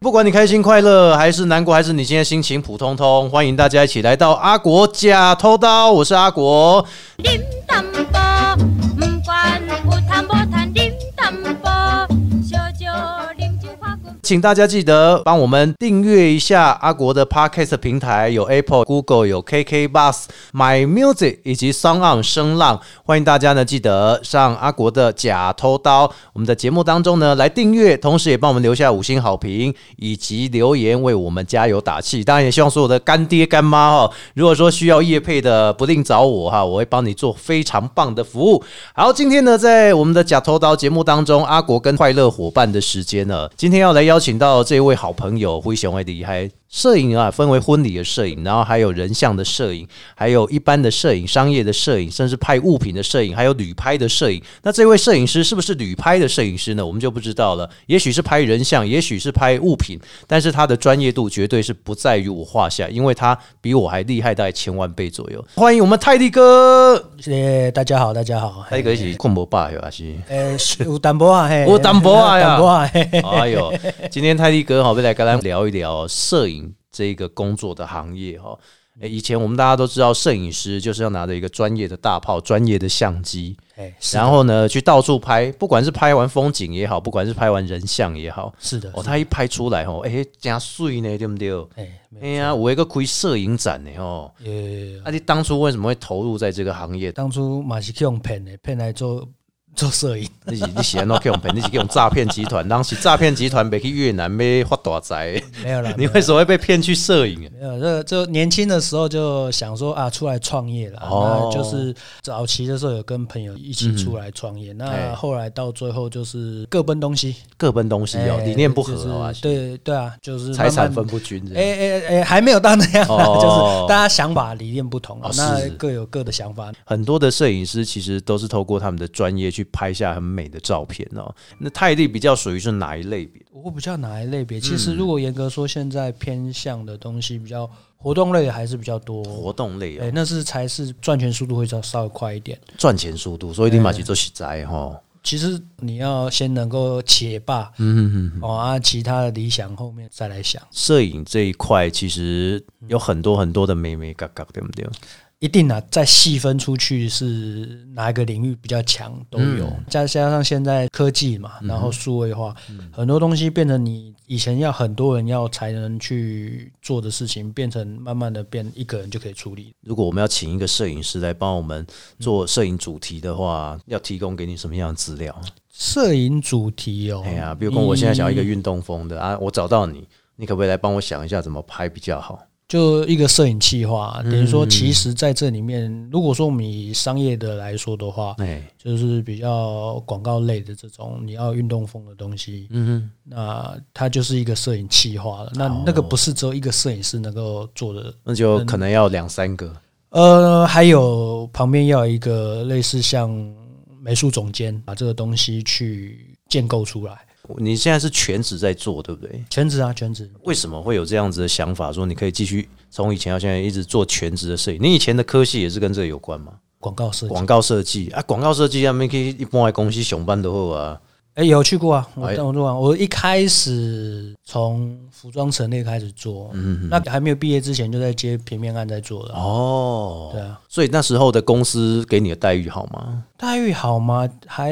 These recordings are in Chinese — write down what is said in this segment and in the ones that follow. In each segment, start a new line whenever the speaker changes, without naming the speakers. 不管你开心快乐还是难过，还是你今天心情普通通，欢迎大家一起来到阿国假偷刀，我是阿国。
điểm tâm bò mâm quan u tham bò than điểm tâm bò cho cho điểm chữ hoa cũng
请大家记得帮我们订阅一下阿国的 Podcast 平台，有 Apple、Google、有 KK Bus、My Music 以及 Sound On 声浪。欢迎大家呢记得上阿国的假偷刀我们的节目当中呢来订阅，同时也帮我们留下五星好评以及留言为我们加油打气。当然也希望所有的干爹干妈哦，如果说需要业配的，不定找我哈，我会帮你做非常棒的服务。好，今天呢在我们的假偷刀节目当中，阿国跟快乐伙伴的时间呢，今天要来邀请到这位好朋友灰熊的厉害。摄影啊，分为婚礼的摄影，然后还有人像的摄影，还有一般的摄影、商业的摄影，甚至拍物品的摄影，还有旅拍的摄影。那这位摄影师是不是旅拍的摄影师呢？我们就不知道了。也许是拍人像，也许是拍物品，但是他的专业度绝对是不在于我话下，因为他比我还厉害大概千万倍左右。欢迎我们泰迪哥，
诶，大家好，大家好。
泰迪哥一起困不罢休啊，是。
诶，是有淡薄啊，嘿，
哎有淡薄啊呀
有淡薄啊，嘿嘿
哎呦，今天泰迪哥好，我们来跟大家聊一聊摄影这个工作的行业哈。诶以前我们大家都知道，摄影师就是要拿着一个专业的大炮、专业的相机，
嘿，是
哎然后呢去到处拍，不管是拍完风景也好，不管是拍完人像也好，
是的，
哦，他一拍出来哦，哎，加碎呢，对不对？
哎，没
哎呀，我一个亏摄影展呢哦，
呃，
那、你当初为什么会投入在这个行业？
当初嘛是去用骗的，骗来做 做摄影，
你是你喜欢那给我们，你是给我们诈骗集团，当时诈骗集团没去越南，没发大财。
没有啦，
你
没有
为什么会被骗去摄影？
没有，这就年轻的时候就想说啊，出来创业了。
哦
那就是早期的时候有跟朋友一起出来创业，
哎
那后来到最后就是各奔东西，
各奔东西哦，
哎
理念不合啊
就是，对对啊，就是
财产
慢慢
分不均这样。
哎哎哎，还没有到那样啊，
哦
就是大家想法理念不同啊
哦，
那
是
各有各的想法。
很多的摄影师其实都是透过他们的专业去拍下很美的照片哦。那泰利比较属于是哪一类别？
我比较哪一类别？其实如果严格说，现在偏向的东西比较活动类的还是比较多。
活动类
哎、
哦，
那是才是赚钱速度会稍稍微快一点。
赚钱速度，所以立马去做洗灾哈。
其实你要先能够且罢，
嗯，
哦啊，其他的理想后面再来想，
摄影这一块其实有很多很多的美美嘎嘎，对不对？
一定啊，再细分出去是哪一个领域比较强都有，
嗯
再加上现在科技嘛，然后数位化，
嗯
很多东西变成你以前要很多人要才能去做的事情，变成慢慢的变一个人就可以处理。
如果我们要请一个摄影师来帮我们做摄影主题的话，要提供给你什么样的资料？
摄影主题哦，
哎呀，比如说我现在想要一个
你
运动风的啊，我找到你，你可不可以来帮我想一下怎么拍比较好？
就一个摄影计划，啊等于
嗯
说其实在这里面，如果说我们以商业的来说的话，
哎、
就是比较广告类的这种，你要运动风的东西，
嗯哦
那它就是一个摄影企划了。那那个不是只有一个摄影师能够做的
哼，，那就可能要两三个
呃，还有旁边要有一个类似像美术总监把这个东西去建构出来，
你现在是全职在做，对不对？
全职啊，全职。
为什么会有这样子的想法，说你可以继续从以前到现在一直做全职的摄影？你以前的科系也是跟这个有关吗？
广告设计，
广告设计啊，广告设计啊，没可以一般的公司上班的话啊，
哎、有去过啊，我
哎
当我做完，我一开始从服装陈列开始做，嗯，那还没有毕业之前就在接平面案在做了，
哦，
对啊，
所以那时候的公司给你的待遇好吗？
待遇好吗？还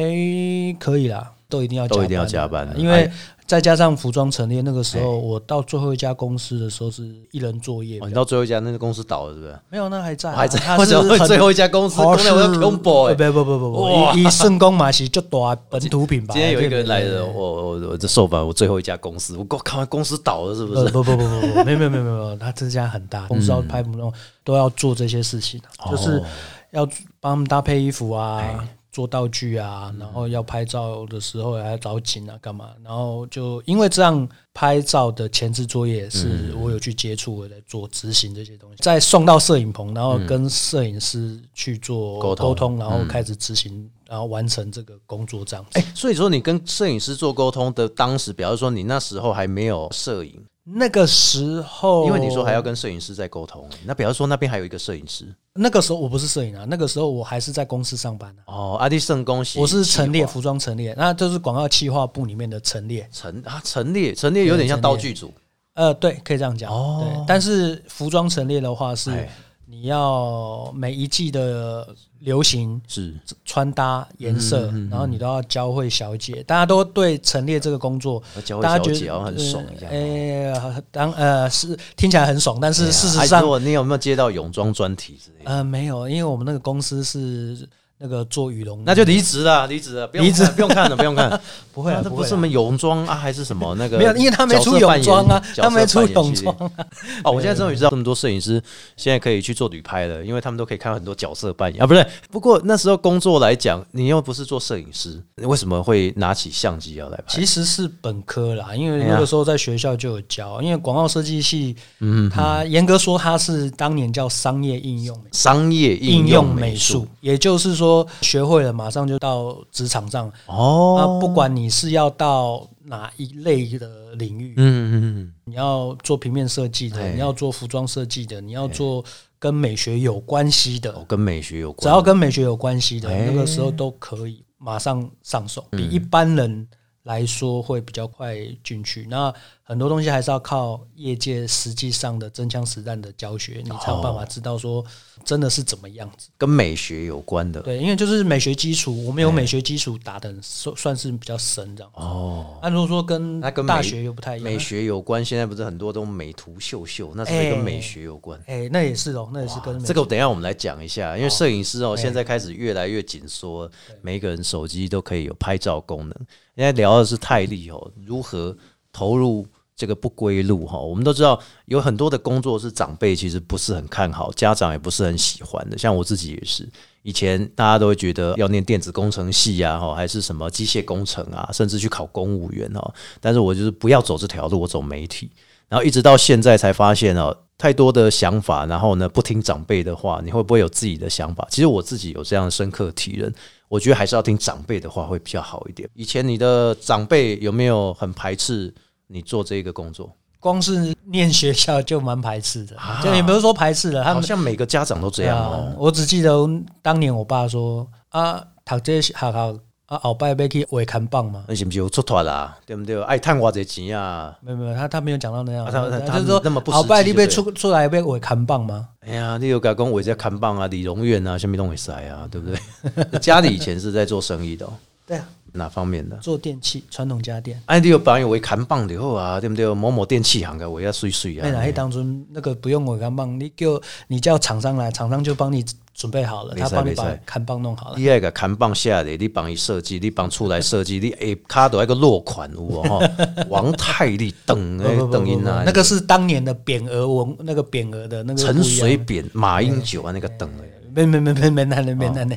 可以啦，都一定要
都一定
班
要加班的
因
哎
为再加上服装陈列那个时
哎
候，我到最后一家公司的时候是一人作业
哦，
比
你
较，
到最后一家那个公司倒了，是不是？
没有那还在啊，
还在
他
我
是
想问
很
最后一家公司
好
公司有没有
是哦
combo 欸
不不不不
哇
不，以以圣公马西就大本土品牌，
今天有一个
对
人来
对
了，
对
我我我这受访，我最后一家公司，我靠，看完公司倒了是不
呃
是？
不不不不不，没有没有没有没有没有，他这家很
嗯
大，公司要拍不动，都要做这些事情，
哦
啊就是要帮他们搭配衣服
哎
啊，做道具
嗯
啊，然后要拍照的时候还要找景啊，干嘛？然后就因为这样拍照的前置作业
嗯
是我有去接触，我在做执行这些东西，再送到摄影棚，然后跟摄影师去做
嗯沟通嗯
沟通，然后开始执行，然后完成这个工作这样子。
哎、所以说你跟摄影师做沟通的当时，比方说你那时候还没有摄影，
那个时候，
因为你说还要跟摄影师在沟通，那比方说那边还有一个摄影师
那个时候我不是摄影啊，那个时候我还是在公司上班啊，
哦，阿弟圣恭喜，
我是陈列服装陈列，那就是广告企划部里面的陈列。
陈啊陈列，陈列有点像道具组，
呃，对，可以这样讲。
哦
对，但是服装陈列的话是
哎
你要每一季的流行
是
穿搭、颜色，
嗯
然后你都要教会小姐，大家都对陈列这个工作
要教，会
大家
小
觉
姐
得
好像很爽一样哦
呃哎，当呃是听起来很爽，但是事实
哎
上
如果你有没有接到泳装专题之类的，
呃，没有，因为我们那个公司是那个做羽绒的，
那就离职了，离职了，不用
离职
看不用看了，不用看了，
不会
啊
了，
这
不
不
会
是
啦
什么泳装啊，还是什 么那个？
没有，因为他没出泳装啊，他没出泳装啊。
哦，我现在终于知道这么多摄影师现在可以去做旅拍了，因为他们都可以看到很多角色扮演啊，不是？不过那时候工作来讲，你又不是做摄影师，你为什么会拿起相机要来拍？
其实是本科啦，因
哎
为
呀
那个时候在学校就有教，因为广告设计系，嗯，它严格说它是当年叫商业应用美
商业
应
用
用美
术
术，也就是说学会了马上就到职场上，
哦，
那不管你是要到哪一类的领域，
嗯嗯
你要做平面设计的，
哎
你要做服装设计的，你要做跟美学有关系的
嗯，，哦，跟美学有关，
只要跟美学有关系的，
哎嗯
那个时候都可以马上上手，比一般人来说会比较快进去。那很多东西还是要靠业界实际上的真枪实弹的教学，你才有办法知道说真的是怎么样子。
跟美学有关的
对，因为就是美学基础，我们有美学基础打的算算是比较深这样。
哦。
那、如果说跟
那跟美
大学又不太一样，
美学有关，现在不是很多都美图秀秀，那是不是跟
哎
美学有关？
哎、那也是哦，那也是跟美
这个等一下我们来讲一下，因为摄影师哦，现在开始越来越紧缩，每一个人手机都可以有拍照功能。现在聊的是泰利哦，如何投入这个不归路哈、我们都知道有很多的工作是长辈其实不是很看好，家长也不是很喜欢的，像我自己也是。以前大家都会觉得要念电子工程系啊，哈，还是什么机械工程啊，甚至去考公务员哦。但是我就是不要走这条路，我走媒体。然后一直到现在才发现哦，太多的想法，然后呢不听长辈的话，你会不会有自己的想法？其实我自己有这样的深刻体认，我觉得还是要听长辈的话会比较好一点。以前你的长辈有没有很排斥你做这个工作？
光是念学校就蛮排斥的，
啊
就也不是说排斥了，他
好
们
像每个家长都这样
啊
哦。
我只记得当年我爸说啊，读这学校啊，后摆要去画看棒嘛。
那是不是有出团啦？对不对？爱探我这钱啊！
没有没有，他他没有讲到那样，
啊他他他
就是说
那么不实际
后摆你
就对
被
了
出出来被画看棒吗？
哎呀，你有甲讲我在看棒啊，李荣院啊，下面都会塞啊，对不对？ 家里以前是在做生意的、哦，
对啊，
哪方面的？
做电器传统家电。
哎，你有朋友为砍棒的后啊，对不对？某某电器行的，我要水水
哎，哪
啊
一。当初那个不用我看棒，你就你叫厂商来，厂商就帮你准备好了，
没
他
事
帮你
没事
把看棒弄好了。
你爱个砍棒下来，你帮伊设计，你帮出来设计，你哎，卡到一个落款有哦，吼王太利等
不不
哎
不
等
不
音
不
啊，
那个是当年的匾额文，那个匾额的那个不
陈
一样
水，扁、马英九啊，那个等哎，
没没没没没那没那呢。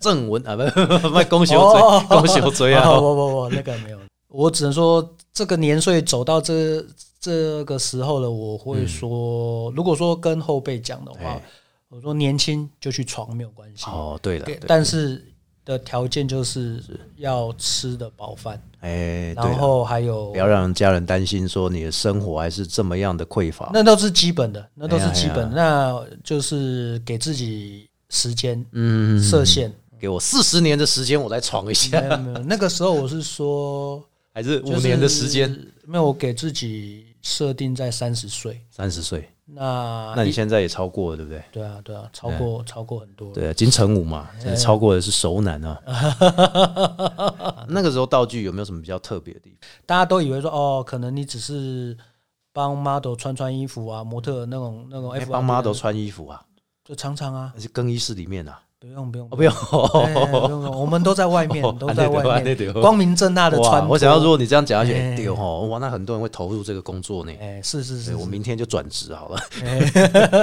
郑文啊，不，不恭喜我
哦
嘴，恭喜我嘴啊
哦！ 不不不，那个没有，我只能说这个年岁走到这这个时候了，我会说，
嗯
如果说跟后辈讲的话
哎，
我说年轻就去闯没有关系，
哦，对了，
对
对
但是的条件就是要吃得饱饭，
哎，对
然
了，
后还有
不要让家人担心，说你的生活还是这么样的匮乏。
那都是基本的，那都是基
哎呀
本的，那就是给自己时间
嗯，
设限。
给我四十年的时间，我来闯一
没
下，
有没有，那个时候我是说。
还是五
就是
年的时间，
没有，我给自己设定在三十岁。
三十岁。
那
那你
一
现在也超过了，对不对？
对啊，对啊，超过、超过很多了。
对，啊金城武嘛，这超过的是熟男啊。 那个时候道具有没有什么比较特别的地方？
大家都以为说哦，可能你只是帮 model 穿穿衣服啊，模特儿那种那种 F
哎帮 model 穿衣服啊，
就常常啊，
还是更衣室里面啊？
不用不用
哦，不用，
哎不用不用我们都在外面，都在
啊
外
对对
面，
对
光明正大的
哇！
穿。
我想要，如，果你这样讲下去，
哎
哎对哦，哇，那很多人会投入这个工作呢。
哎，是是是
对，我
是，
明天就转职好了。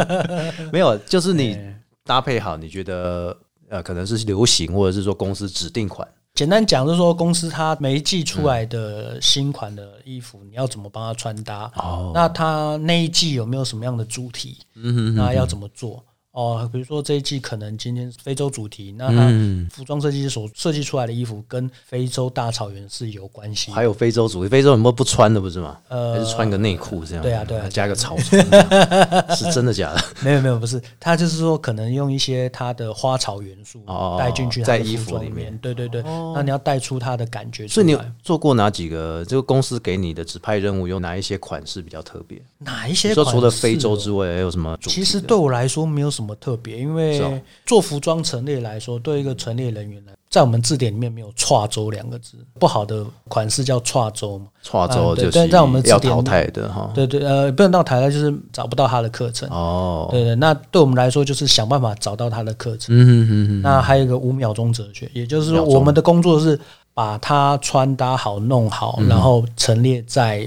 没有，就是你搭配好，你觉得呃，可能是流行，或者是说公司指定款。
简单讲就是说，公司它每一季
嗯
出来的新款的衣服，你要怎么帮它穿搭？
哦，
那它那一季有没有什么样的主题？
嗯哼哼
那要怎么做？哦，比如说这一季可能今天是非洲主题，那它
嗯，
服装设计师所设计出来的衣服跟非洲大草原是有关系的。
还有非洲主义，非洲很多不穿的不是吗？
呃
还是穿个内裤这样？
对啊对啊
加个草丛这 样，是真的假的？
没有没有，不是，他就是说可能用一些他的花草元素
哦
带进去
在
他的
衣服
服装
里面哦
面，对对对，那你要带出它的感觉出
所
来。
以你有做过哪几个？这个公司给你的指派任务有哪一些款式比较特别？
哪一
你
些
说
款
除了非洲
式哦
之外，还有什么主题
其
的？
实对我来说没有什么特别，因
是哦
为做服装陈列来说，对一个陈列人员来，在我们字典里面没有“跨州”两个字，不好的款式叫“跨州”嘛。
跨州
啊对
就
但但我
是
们
要
字典
淘汰的哈。
对对，呃，不能到台湾就是找不到他的课程。
哦，
对对，那对我们来说就是想办法找到他的课程。
嗯嗯嗯，
那还有一个五秒钟哲学，也就是说
五秒钟
我们的工作是把它穿搭好、弄好，
嗯
然后陈列在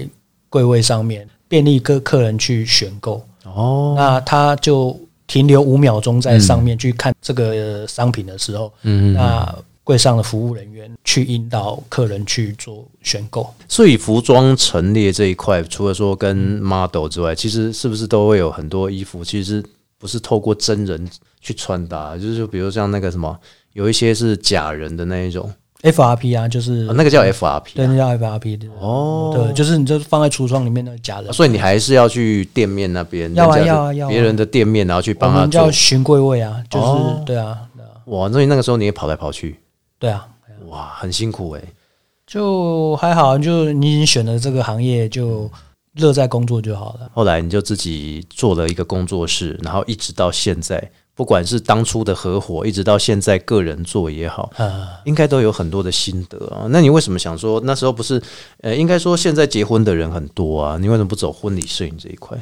柜位上面，便利各客人去选购。
哦，
那他就停留五秒钟在上面去看这个呃商品的时候，
嗯
那柜上的服务人员去引导客人去做选购。
所以服装陈列这一块，除了说跟
嗯
model 之外，其实是不是都会有很多衣服，其实不是透过真人去穿搭，就是比如像那个什么，有一些是假人的那一种，
FRP 啊，就是、
啊那个叫 FRP
对，
啊、
那叫 FRP 的
哦
对，就是你就放在橱窗里面那个假人，
所以你还是要去店面那边，
要啊
人家的
要啊要啊
别人的店面，然后去
我
帮他
们叫
做。
巡柜位啊，就是、
哦
对啊，对啊
哇，所以那个时候你也跑来跑去，
对啊，
哇，很辛苦哎、
就还好，就你已经选了这个行业，就乐在工作就好了。
后来你就自己做了一个工作室，然后一直到现在，不管是当初的合伙，一直到现在个人做也好，
啊，
应该都有很多的心得啊。那你为什么想说那时候不是？呃，应该说现在结婚的人很多啊，你为什么不走婚礼摄影这一块？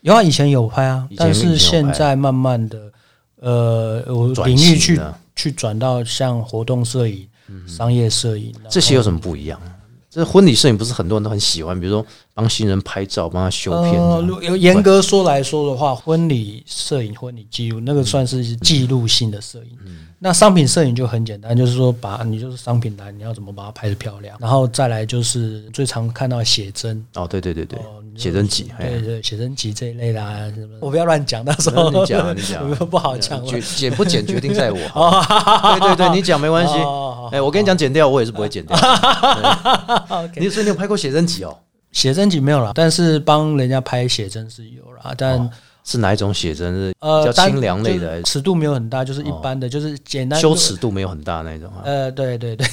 有啊，以前有拍啊
以，前
但
以前有
是
拍
现在慢慢的，呃，我
转
领
型
域去
了嗯
去转到像活动摄影、商业摄影啊然后
这些有什么不一样？这婚礼摄影不是很多人都很喜欢，比如说帮新人拍照，帮他修片、啊
呃，如有严格说来说的话，婚礼摄影、婚礼记录那个算是记录性的摄影。
嗯
那商品摄影就很简单，就是说把你就是商品来，你要怎么把它拍得漂亮，然后再来就是最常看到的写真，
哦，对对对对
哦，你就
写真集，
对
哎，
对，写真集这一类的啊，什么我不要乱讲，到 时候
你讲啊你 讲啊，
不好讲了
决。剪不剪决定在我。好
哦，
对对对，你讲没关系
哦哦哦。
哎，我跟你讲，剪掉我也是不会剪掉。
OK
你所以你有拍过写真集哦？
写真集没有啦，但是帮人家拍写真是有啦，但、
是哪一种写真？是
呃，
比较
单
哦清凉类的
就
还
是
是
尺度没有很大，就是一般的，就是简单
羞耻。度没有很大那种啊？
呃，对 对对，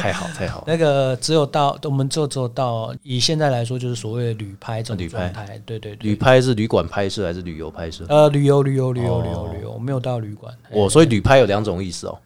太好太好，
那个只有到我们就只有到以现在来说，就是所谓的旅拍这
旅
种
拍
状态，对对对。
旅拍是旅馆拍摄还是旅游拍摄？
呃，旅游旅游旅游旅
哦
游旅游，我没有到旅馆。哎
我所以旅拍有两种意思哦。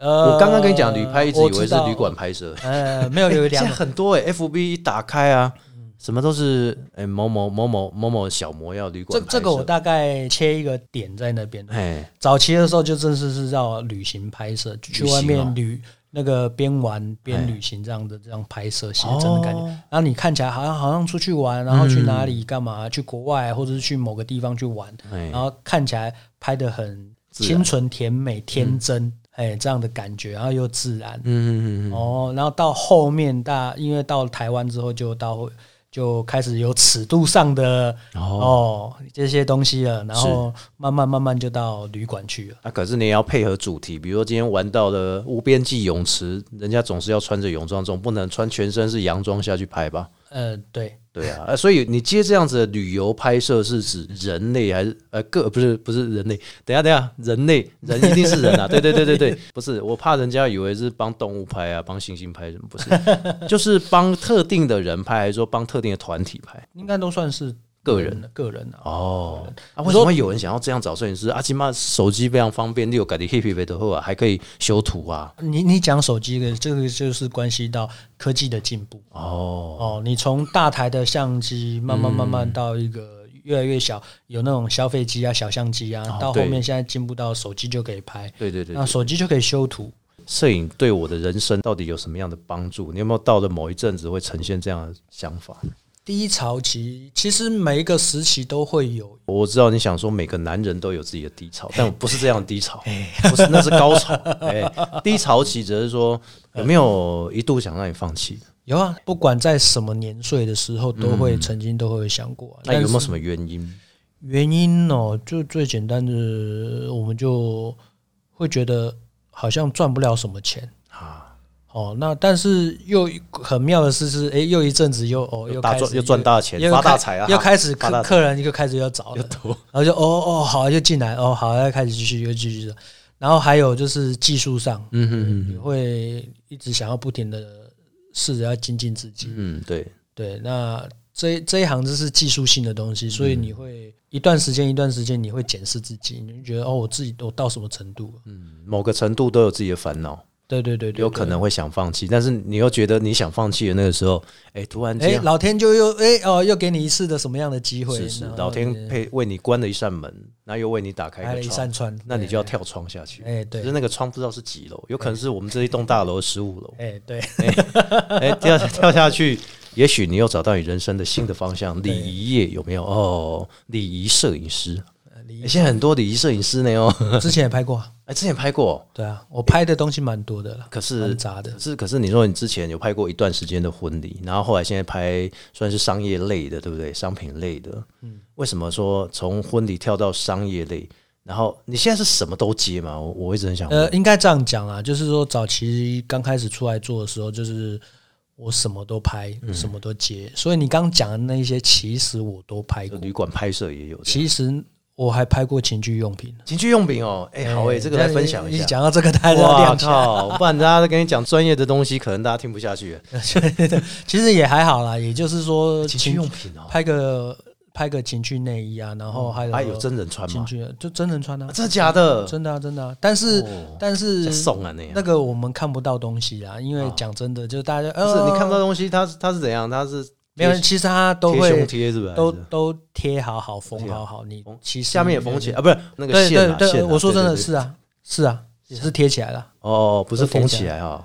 呃，
我刚刚跟你讲旅拍，一直以
我
为
知
是
道
旅馆。拍摄，
呃，没有有
现
两嗯
在很多哎，FB 一打开啊，什么都是哎某某某某某某小模要旅
这
馆拍摄。
这个我大概切一个点在那边。
哎
早期的时候就正式是叫旅行拍摄，去
旅行哦
外面旅那个边玩
哎
边旅行这样的这样拍摄写真的感觉。
哦
然后你看起来好像好像出去玩，然后去哪里干嘛，去国外或者是去某个地方去玩，
哎
然，后看起来拍的很
自然
清纯甜美天真，哎这样的感觉，然后又自然。
嗯嗯嗯嗯，
哦，然后到后面大，因为到台湾之后就到就开始有尺度上的
哦，
哦这些东西了，然后慢慢慢慢就到旅馆去了。
那啊可是你也要配合主题，比如说今天玩到了无边际泳池，人家总是要穿着泳装，总不能穿全身是洋装下去拍吧？
呃，对，
对啊，呃所以你接这样子的旅游拍摄是指人类还是呃个不是不是人类？等一下等一下，人类人一定是人 啊！对对对对对，不是我怕人家以为是帮动物拍啊，帮猩猩拍什么不是？ 就是帮特定的人拍，还是说帮特定的团体拍？
应该都算是
个人
的个人啊。
哦，啊，
你
为什么
说
会有人想要这样找摄影师？阿基妈啊手机非常方便，你有改的 h i p p 的后啊，还可以修图啊。
你你讲手机的这个就是关系到科技的进步
哦，
哦，你从大台的相机慢慢慢慢到一个越来越小，有那种消费机啊、小相机啊，
哦
到后
对
面现在进步到手机就可以拍，
对对对
那，手机就可以修图。
摄影对我的人生到底有什么样的帮助？你有没有到了某一阵子会呈现这样的想法？
低潮期，其实每一个时期都会有。
我知道你想说每个男人都有自己的低潮，但我不是这样的低潮，不是那是高 潮。哎、低潮期只是说有没有一度想让你放弃，
有啊，不管在什么年岁的时候，都会曾经都会有想过啊、
嗯那有没有什
么
么原因？
原因哦，就最简单的，我们就会觉得好像赚不了什么钱
啊，
哦。那但是又很妙的是是，哎、又一阵子又哦又
大
开
赚
始
又赚大钱，
又
发大
开
财啊！
又开始
发大
客
财
客人又开始要找
又
了，
多
然后就哦哦好就进来哦好，要开始继续又继续的。然后还有就是技术上，
嗯嗯
也
嗯
会一直想要不停的试着要精进自己。
嗯，对，
对，那这这一行就是技术性的东西，
嗯
所以你会一段时间一段时间你会检视自己，你就觉得哦，我自己都到什么程度了？
某个程度都有自己的烦恼，
对对对对，
嗯有可能会想放弃，但是你又觉得你想放弃的那个时候，哎，突然
对。哎、
间
老天就又哎、哦，又给你一次的什么样的机会？
是是
然后
老天配为你关了一扇门，那又为你打开
开了一
窗
扇，窗，
那你就要跳
哎。
窗下去。
哎
可
对
是，那个窗不知道是几楼，有可能是我们这一栋大楼十五楼。
哎、 对，
哎，跳跳下去，也许你又找到你人生的新的方向。礼仪业有没有？哦，礼仪摄影师，
李
哎现在很多礼仪摄影师呢 哦。
之前也拍过啊，
哎，之前拍过，
对啊，我拍的东西蛮多的了，
可是
蛮杂的
可。是可是你说你之前有拍过一段时间的婚礼，然后后来现在拍算是商业类的，对不对？商品类的，嗯，为什么说从婚礼跳到商业类？然后你现在是什么都接嘛？我我一直很想问，
呃，应该这样讲啦，就是说早期刚开始出来做的时候，就是我什么都拍，
嗯
什么都接，所以你刚讲的那一些，其实我都拍
就
过。
旅馆拍摄也有
其实我还拍过情趣用品。
情趣用品哦，哎、好哎、这个来分享一
你
下。
讲到这个，大家要
哇
亮相。
靠！不然大家都跟你讲专业的东西，可能大家听不下 去。
其实也还好啦，也就是说
情趣用品哦，
拍个拍个情趣内衣啊，然后还有
还有哎真人穿
情
吗？
趣就真人穿啊
啊，真的假的？
真的啊，真的啊。但是
哦
但
在
是
送啊那样
那。个我们看不到东西啊，因为讲真的，就是大家
不
呃
是你看不到东西，它是它是怎样？它是
没有人，其实他都
贴胸
会
贴是吧？
都
还是
都贴好好封
贴好
好好，你
缝
其实
下面也缝起来啊，不是那个
对
线
对
啊，
对，
线啊。
我说真的
对对对
是啊，是啊，也是贴起来了，
哦，不是
都贴
缝
起
起来啊，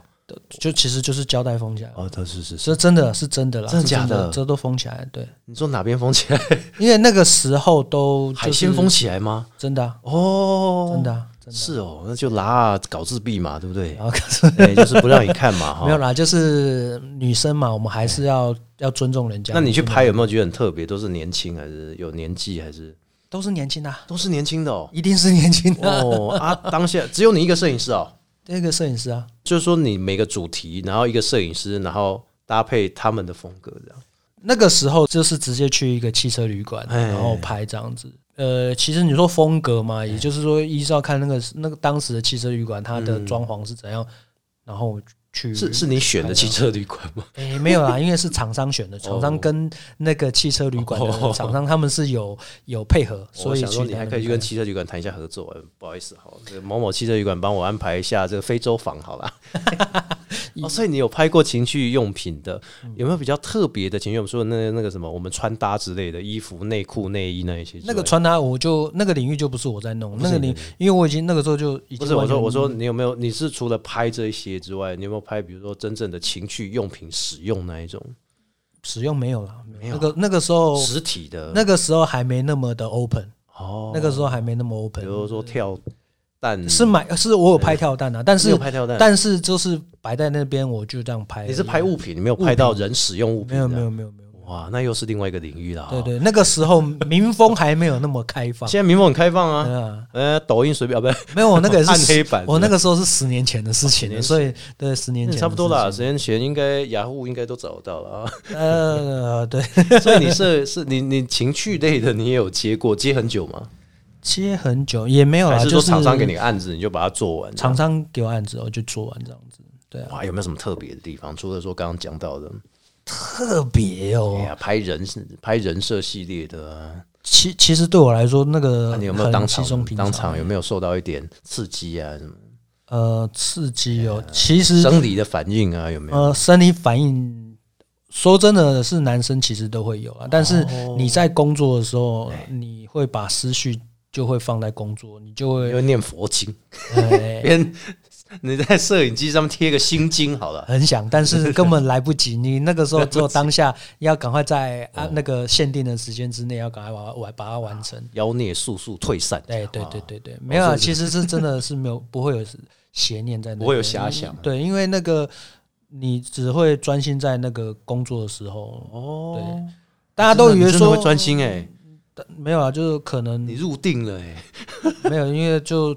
就其实就是胶带封起来了。
哦，它是是 是。
这真的是真的啦，
真的
是
假的
这都封起来，对，
你说哪边缝起来？
因为那个时候都
海鲜封
风，
起来吗？
真的啊，
哦，
真的啊，真的啊。
是哦，那就拉搞自闭嘛，对不对
然？后可 是
对，就是不让你看嘛，哈。
没有啦，就是女生嘛，我们还是要要尊重人家。
那你去拍有没有觉得很特别？都是年轻还是有年纪还是
都是年轻的啊，
都是年轻的哦？
一定是年轻的啊。
哦啊，当下只有你一个摄影师哦，
那个摄影师啊，
就是说你每个主题，然后一个摄影师，然后搭配他们的风格这样。
那个时候就是直接去一个汽车旅馆，
哎
然后拍这样子。呃，其实你说风格嘛，也就是说依照看那个那个当时的汽车旅馆它的装潢是怎样，然后去
嗯是是你选的汽车旅馆吗？
诶、没有啦，因为是厂商选的，厂
哦
商跟那个汽车旅馆的厂商他们是有有配合， 所
我
以
想说
去
你还
那
可以
边
去跟
拍
汽车旅馆谈一下合作。哎不好意思，哈，这个某某汽车旅馆帮我安排一下这个非洲房好 啦。哦，所以你有拍过情趣用品的，有没有比较特别的情趣用品？说那那个什么，我们穿搭之类的衣服、内裤、内衣那一些之类的。
那个穿搭，我就那个领域就不是我在弄，
欸不是
那个
你
领
的，
因为我已经那个时候就已经
不是我
完全
说，我说你有没有？你是除了拍这一些之外，你有没有拍比如说真正的情趣用品使用那一种
使用没有啦，没
有
有
啊
那个那个时候
实体的？
哦那个时候还没那么的 open，
哦，
那个时候还没那么
比
open，
如说跳蛋
是买是我有拍跳蛋啊，但
你有
是
拍跳蛋，哎
但是就是摆在那边我就这样拍而已，啊
你是拍物品，你没有拍到人使用物品
没
的，
有没有没有没有，
哇，那又是另外一个领域了。
对，对，那个时候民风还没有那么开放，
现在民风很开放啊，
对啊。
呃，抖音随便啊，不是，
没有，我那个 也是
按黑板
我那个时候是十年前的事情
年
了，所以对十年前的
差不多啦，
事
十年前应该雅虎应该都找得到了啊。
情。呃，对，
所以你是是你你情趣类的，你也有接过，接很久吗？
接很久也没有
还
啦，
是
就
说
是
厂商给你个案子，你就把它做完？
厂商给我案子，我就做完这样子。对啊，
哇，有没有什么特别的地方？除了说刚刚讲到的，
特别
哎
哦。
呀，拍人拍人设系列的啊，
其其实对我来说，那个
那啊你有没有当
很稀松
场
平
当场有没有受到一点刺激啊？什么
呃刺激哦？其实
生理的反应啊？有没有？
呃生理反应，说真的是男生其实都会
哦
有啊，但是你在工作的时候，
哎
你会把思绪就会放在工作，你就
因
会
为念佛经，
哎
边你在摄影机上面贴个心经好了。
很想，但 是根本来不及。你那个时候只有当下，要赶快在啊那个限定的时间之内，要赶快把它完把它完成。
妖孽速速退散。
对哎对对对对，没有啊，其实是真的是没有不会有邪念在那边，
不会有遐想
对，因为那个你只会专心在那个工作的时候，
哦，
大家都以为
真的
说
会专心哎、
但没有啊，就是可能
你入定了哎、
没有，因为就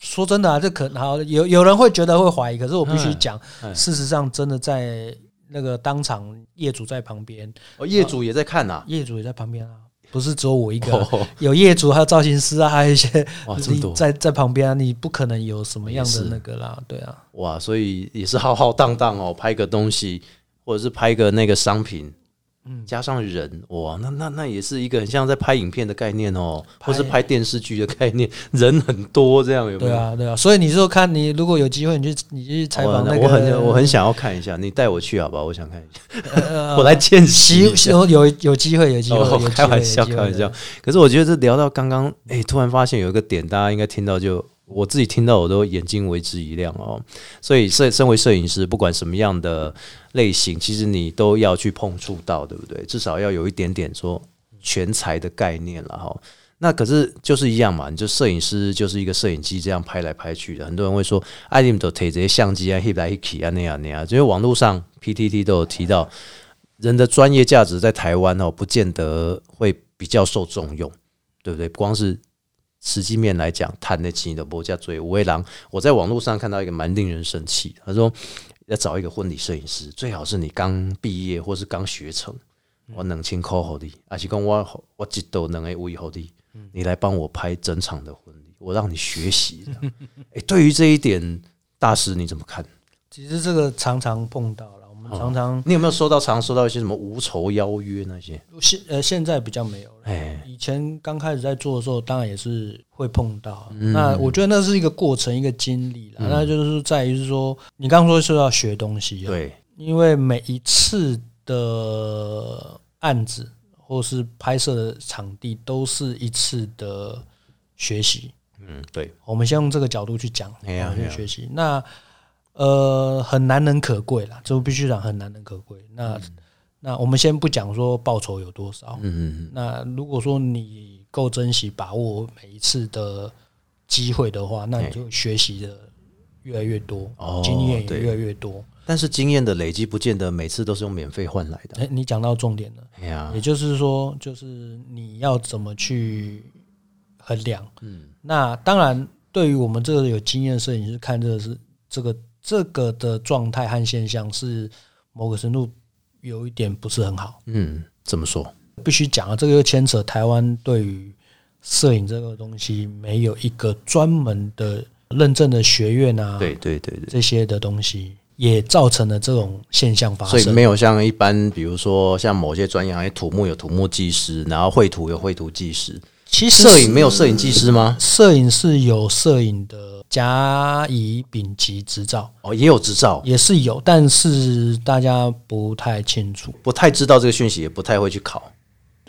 说真的啊，这可好有有人会觉得会怀疑，可是我必须讲，
嗯
事实上真的在那个当场，业主在旁边，
哦，业主也在看呐、
业主也在旁边啊，不是只有我一个啊，
哦，
有业主还有造型师啊，还有一些
哇，这么
你
多
在在旁边啊，你不可能有什么样
也
的
是
那个啦，对啊，
哇，所以也是浩浩荡荡哦，拍个东西或者是拍个那个商品，嗯，加上人，哇，那那那也是一个很像在拍影片的概念哦，
拍
或是拍电视剧的概念，人很多这样有没
对
有？
啊，对啊，所以你就看你如果有机会，你去你去采访
哦
那个，
我很我很想要看一下，你带我去好不好？我想看一下，
呃
我来见习
希
一
希
下。
有有有机会，有机会，有
哦
机，会
开玩笑，
有机
开
会
玩笑。可是我觉得这聊到刚刚，哎、突然发现有一个点，大家应该听到就，我自己听到我都眼睛为之一亮哦。所以，摄身为摄影师，不管什么样的类型，其实你都要去碰触到，对不对？至少要有一点点说全才的概念了哈。那可是就是一样嘛，你就摄影师就是一个摄影机这样拍来拍去的。很多人会说，哎、你们都推这些相机啊，hip 来 hip 啊那样那样，因为网络上 PTT 都有提到，人的专业价值在台湾哦，不见得会比较受重用，对不对？不光是实际面来讲，谈得起你的波加追五位郎，我在网络上看到一个蛮令人生气的，他说要找一个婚礼摄影师，最好是你刚毕业或是刚学成，我冷清 call 好的，而且跟我我几斗能哎位好的，你来帮我拍整场的婚礼，我让你学习这 样。哎，对于这一点，大师你怎么看？
其实这个常常碰到了，
哦
我们常常
你有没有收到常收到一些什么无酬邀约那些？
现呃现在比较没有了。
哎，
以前刚开始在做的时候，当然也是会碰到。
嗯
那我觉得那是一个过程，一个经历啦。那就是在于是说，你刚刚说是要学东西、啊，，
对，
因为每一次的案子或是拍摄的场地都是一次的学习。
嗯，对，
我们先用这个角度去讲，
哎呀
啊
哎呀
去学习。那呃，很难能可贵啦，这我必须讲很难能可贵。那、那我们先不讲说报酬有多少，
嗯，
那如果说你够珍惜把握每一次的机会的话，那你就学习的越来越多，
哎哦
经验也
对
越来越多。
但是经验的累积不见得每次都是用免费换来
哎、
的。
你讲到重点了，
哎呀
也，就是说，就是你要怎么去衡量？
嗯，
那当然，对于我们这个有经验的摄影师看这个是这个这个的状态和现象是某个程度有一点不是很好。
嗯，怎么说？
必须讲啊，这个又牵扯台湾对于摄影这个东西没有一个专门的认证的学院啊，
对对对对，
这些的东西，也造成了这种现象发
所以
生。
没有像一般，比如说像某些专业行业，土木有土木技师，然后绘图有绘图技师，
其实
摄影没有摄影技师吗？
摄影是有摄影的甲乙丙级执照，
哦，也有执照，
嗯也是有，但是大家不太清楚。
不太知道这个讯息，也不太会去考。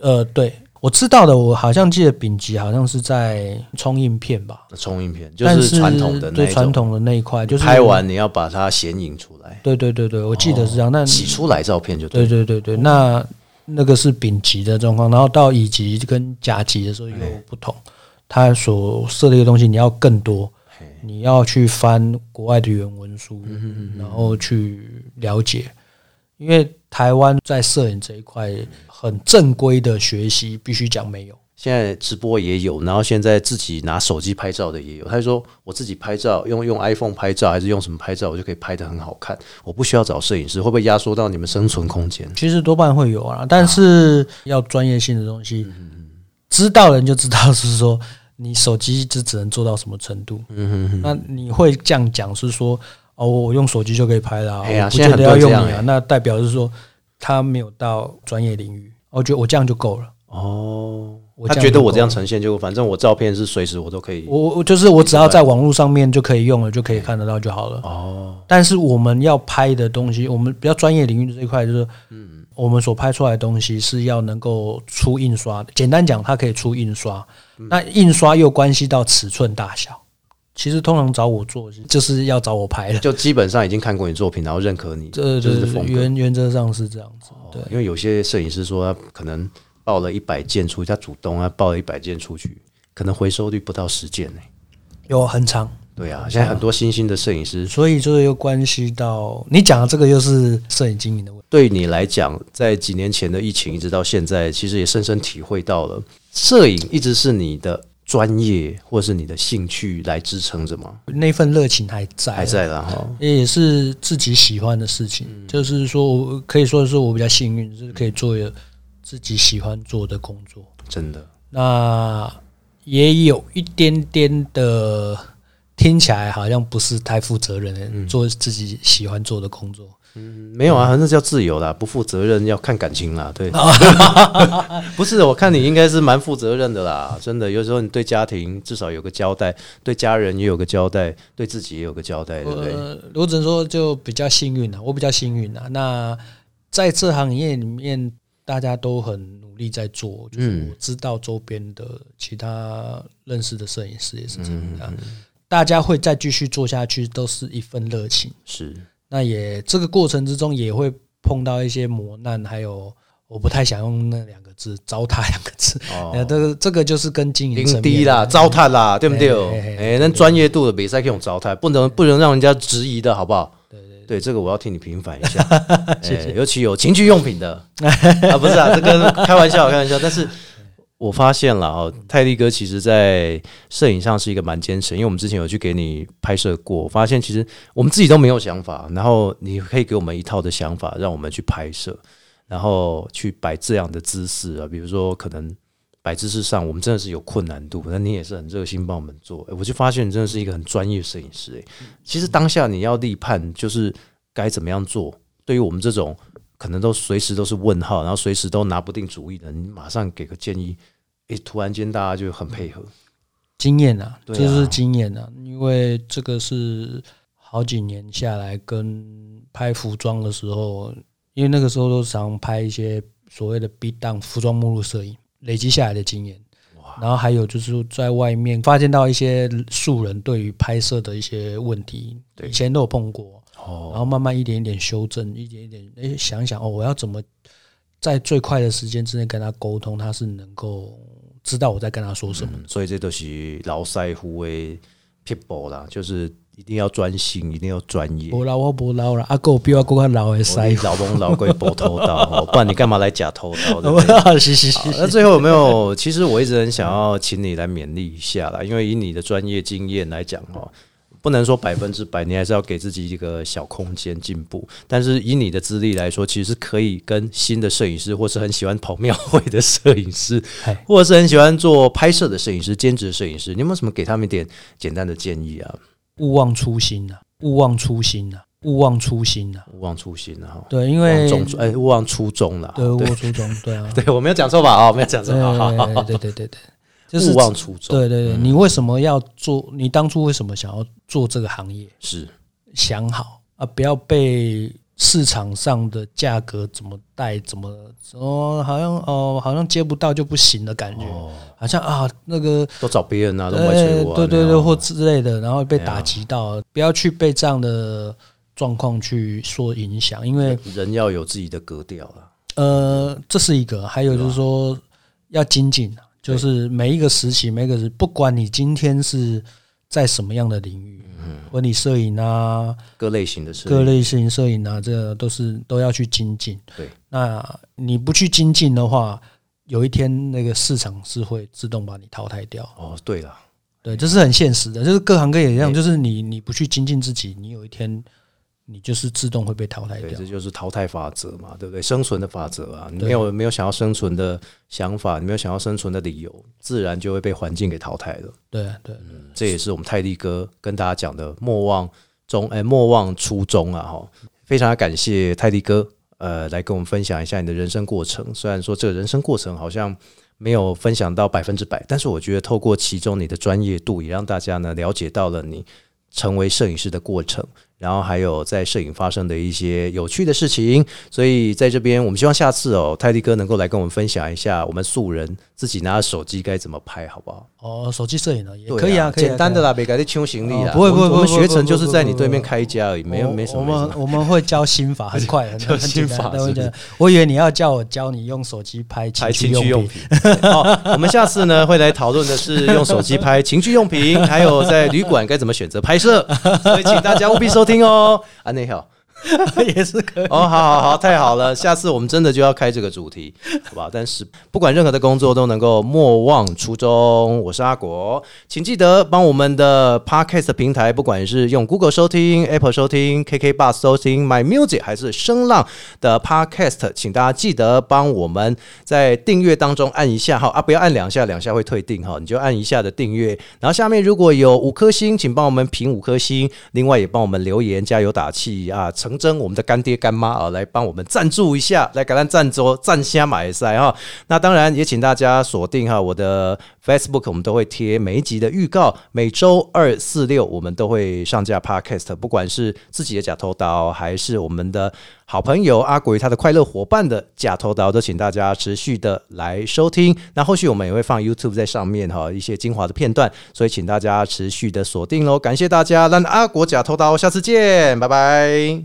呃，对我知道的，我好像记得丙级好像是在冲印片吧，
冲印片就
但
是传统的那
对
一
传
种，
统的那一块，就是
拍完你要把它显影出来，
对对对对，我记得是这样。那
洗出来照片就
对
对。
对对对，那那个是丙级的状况，然后到乙级跟甲级的时候有不同，它所涉猎的东西你要更多，你要去翻国外的原文书，然后去了解，因为台湾在摄影这一块很正规的学习，必须讲没有。
现在直播也有，然后现在自己拿手机拍照的也有。他就说我自己拍照，用用 iPhone 拍照还是用什么拍照，我就可以拍得很好看。我不需要找摄影师，会不会压缩到你们生存空间？
其实多半会有啊，但是要专业性的东西，
嗯
知道人就知道是说你手机就只能做到什么程度。
嗯
那你会这样讲是说哦，我用手机就可以拍了、啊，
哎呀
我不见
现在
得要
很多
用
人这
你
样
啊，
哎
那代表是说他没有到专业领域。我觉得我这样就够了，
哦，
我
他
这样
觉得
就
我
够
这样
了
呈现就，反正我照片是随时我都可以。
我我就是我只要在网络上面就可以用了，就可以看得到就好了。
哦，
但是我们要拍的东西，我们比较专业领域的这一块，就是，
嗯
我们所拍出来的东西是要能够出印刷的。简单讲，它可以出印刷，
嗯
那印刷又关系到尺寸大小。其实通常找我做，就是要找我拍的。
就基本上已经看过你作品，然后认可你，
这
就
这
是风格。哦
原原则上是这样子，对
因为有些摄影师说他可能报了一百件出去，他主动啊报了一百件出去，可能回收率不到十件呢、
有很长，
对啊，现在很多新兴的摄影师，
所以这又关系到你讲的这个又是摄影经营的问题。
对你来讲，在几年前的疫情一直到现在，其实也深深体会到了，摄影一直是你的专业或是你的兴趣来支撑着嘛，
那份热情还在，
还在啦哈。
也是自己喜欢的事情。就是说我可以说是我比较幸运，就是可以做自己喜欢做的工作。
真的，
那也有一点点的，听起来好像不是太负责任的，做自己喜欢做的工作。
没有啊，那叫自由啦，不负责任要看感情啦，对， 不是，我看你应该是蛮负责任的啦，真的，有时候你对家庭至少有个交代，对家人也有个交代，对自己也有个交代，对不对？
呃，我只能说就比较幸运了、啊我比较幸运了、那在这行业里面，大家都很努力在做，就是
嗯
我知道周边的其他认识的摄影师也是这
嗯
样、啊大家会再继续做下去，都是一份热情。
是，
那也这个过程之中也会碰到一些磨难，还有我不太想用那两个字“糟蹋”两个字。
哦
那这个这个就是跟经营
零低啦，糟蹋啦，对不对？
嘿嘿嘿
哎，那专业度的比赛可以用糟蹋，不能不能让人家质疑的好不好？对对对，这个我要替你平反一 下，哎尤其有情趣用品的啊，不是啊，这个开玩笑，开玩笑。但是我发现了哦，泰利哥其实在摄影上是一个蛮坚持，因为我们之前有去给你拍摄过，发现其实我们自己都没有想法，然后你可以给我们一套的想法，让我们去拍摄，然后去摆这样的姿势啊，比如说可能摆姿势上，我们真的是有困难度，那你也是很热心帮我们做。诶我就发现你真的是一个很专业的摄影师、诶其实当下你要立判，就是该怎么样做。对于我们这种可能都随时都是问号，然后随时都拿不定主意的，你马上给个建议，诶，突然间大家就很配合。
经验啊，
对
这
啊
就是经验啊，因为这个是好几年下来跟拍服装的时候，因为那个时候都常拍一些所谓的 B 档服装目录摄影，累积下来的经验。然后还有就是在外面发现到一些素人对于拍摄的一些问题，以前都有碰过，然
哦，
后慢慢一点一点修正，一点一点，哎，想一想哦，我要怎么在最快的时间之内跟他沟通，他是能够知道我在跟他说什么。
嗯所以这都是劳塞胡为 people 啦，就是一定要专心，一定要专业。
不老我不老了，阿哥比我更加老的
我
塞
你。老公老鬼不偷盗哦，不然哦你干嘛来假偷盗？ 对不对？
哦是是
好
是，
那最后有没有？其实我一直很想要请你来勉励一下啦，因为以你的专业经验来讲哦，不能说百分之百，你还是要给自己一个小空间进步。但是以你的资历来说，其实是可以跟新的摄影师，或是很喜欢跑庙会的摄影师
嗨，
或者是很喜欢做拍摄的摄影师、兼职的摄影师，你有没有什么给他们一点简单的建议啊？
勿忘初心呐、勿忘初心呐、勿忘初心呐、
勿忘初心啊，
对，因
勿忘
为
中哎，勿忘初衷啦。
对，勿忘初衷，对 啊，
对，我没有讲错吧？哦，没有讲错，好好好
对对对对对，就是
勿忘初衷，嗯
对对对，你为什么要做？你当初为什么想要做这个行业？
是
想好啊，不要被市场上的价格怎么带怎么哦，好像哦，好像接不到就不行的感觉，
哦
好像啊那个
都找别人啊，都不会催
呃
我、啊，
对对
那
对
样
或之类的，然后被
对啊
打击到，不要去被这样的状况去说影响，因为
哎人要有自己的格调啊啦。
呃，这是一个，还有就是说要精进啊，就是每一个时期，每一个时，不管你今天是在什么样的领域，
嗯
婚礼摄影啊，
各类型的事，
各类摄影摄影啊，这个都是都要去精进。
对，
那你不去精进的话，有一天那个市场是会自动把你淘汰掉。
哦，对了，
对，这是很现实的，就是各行各业一样，就是你你不去精进自己，你有一天你就是自动会被淘汰
对，
掉
这。就是淘汰法则嘛，对不对？生存的法则啊，你没有没有想要生存的想法，你没有想要生存的理由，自然就会被环境给淘汰了。
对啊对，
这也是我们泰利哥跟大家讲的莫忘中，哎，莫忘初衷啊，哈，非常感谢泰利哥，呃，来跟我们分享一下你的人生过程。虽然说这个人生过程好像没有分享到百分之百，但是我觉得透过其中你的专业度，也让大家呢了解到了你成为摄影师的过程，然后还有在摄影发生的一些有趣的事情。所以在这边，我们希望下次哦，泰迪哥能够来跟我们分享一下，我们素人自己拿着手机该怎么拍，好不好？
哦，手机摄影呢也
对啊
可以啊，可以啊
简单的。
可以啊
啦，别给你抢行李啦。
哦不会不会
我们我们
不会
学成就是在你
不会不会
对面开一家而已，没有
我
没什
我
么。没什么
们我们会教心 法，很快，很
教
很简
心法
单。但我
是不是
觉得我以为你要叫我教你用手机拍
拍
情
情趣用
用
品。 哦，我们下次呢会来讨论的是用手机拍情趣用品，还有在旅馆该怎么选择拍摄，所以请大家务必收听哦。安内好，
品 也是可以。
哦，好好好，太好了，下次我们真的就要开这个主题，好吧？但是不管任何的工作都能够莫忘初衷。我是阿国，请记得帮我们的 Podcast 平台，不管是用 Google 收听、Apple 收听、KK Bus 收听、My Music 还是声浪的 Podcast，请大家记得帮我们在订阅当中按一下哈啊，不要按两下，两下会退订哈，你就按一下的订阅。然后下面如果有五颗星，请帮我们评五颗星，另外也帮我们留言加油打气啊，成真我们的干爹干妈啊，来帮我们赞助一下，来给咱赞助赞虾买赛哈。那当然也请大家锁定哈我的 Facebook，我们都会贴每一集的预告，每周二、四、六我们都会上架 Podcast，不管是自己的假头刀，还是我们的好朋友阿鬼他的快乐伙伴的假头刀，都请大家持续的来收听。那后续我们也会放 YouTube 在上面哈一些精华的片段，所以请大家持续的锁定喽。感谢大家，让阿国假头刀，下次见，拜拜。